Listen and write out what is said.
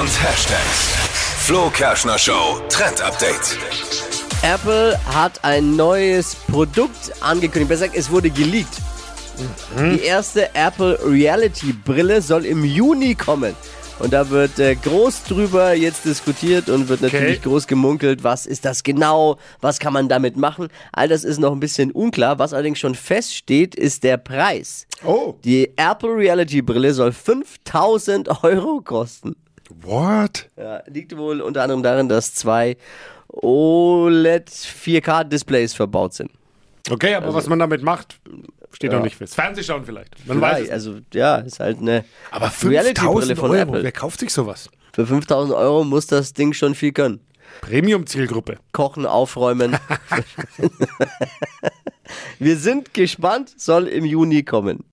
und Hashtags. Flo Kerschner Show Trend Update. Apple hat ein neues Produkt angekündigt. Besser gesagt, es wurde geleakt. Die erste Apple Reality Brille soll im Juni kommen. Und da wird äh, groß drüber jetzt diskutiert und wird natürlich groß gemunkelt, was ist das genau, was kann man damit machen. All das ist noch ein bisschen unklar. Was allerdings schon feststeht, ist der Preis. Oh, Die Apple Reality Brille soll 5000 Euro kosten. what? Ja, liegt wohl unter anderem darin, dass zwei E OLED 4K-Displays verbaut sind. Okay, aber was man damit macht, steht noch nicht fest. Fernsehschauen vielleicht. Man weiß es. Ja, also ja, ist halt eine Aber Reality-Brille 5000 von Euro, Apple. wer kauft sich sowas? Für 5000 Euro muss das Ding schon viel können. Premium-Zielgruppe. Kochen, aufräumen. Wir sind gespannt, soll im Juni kommen.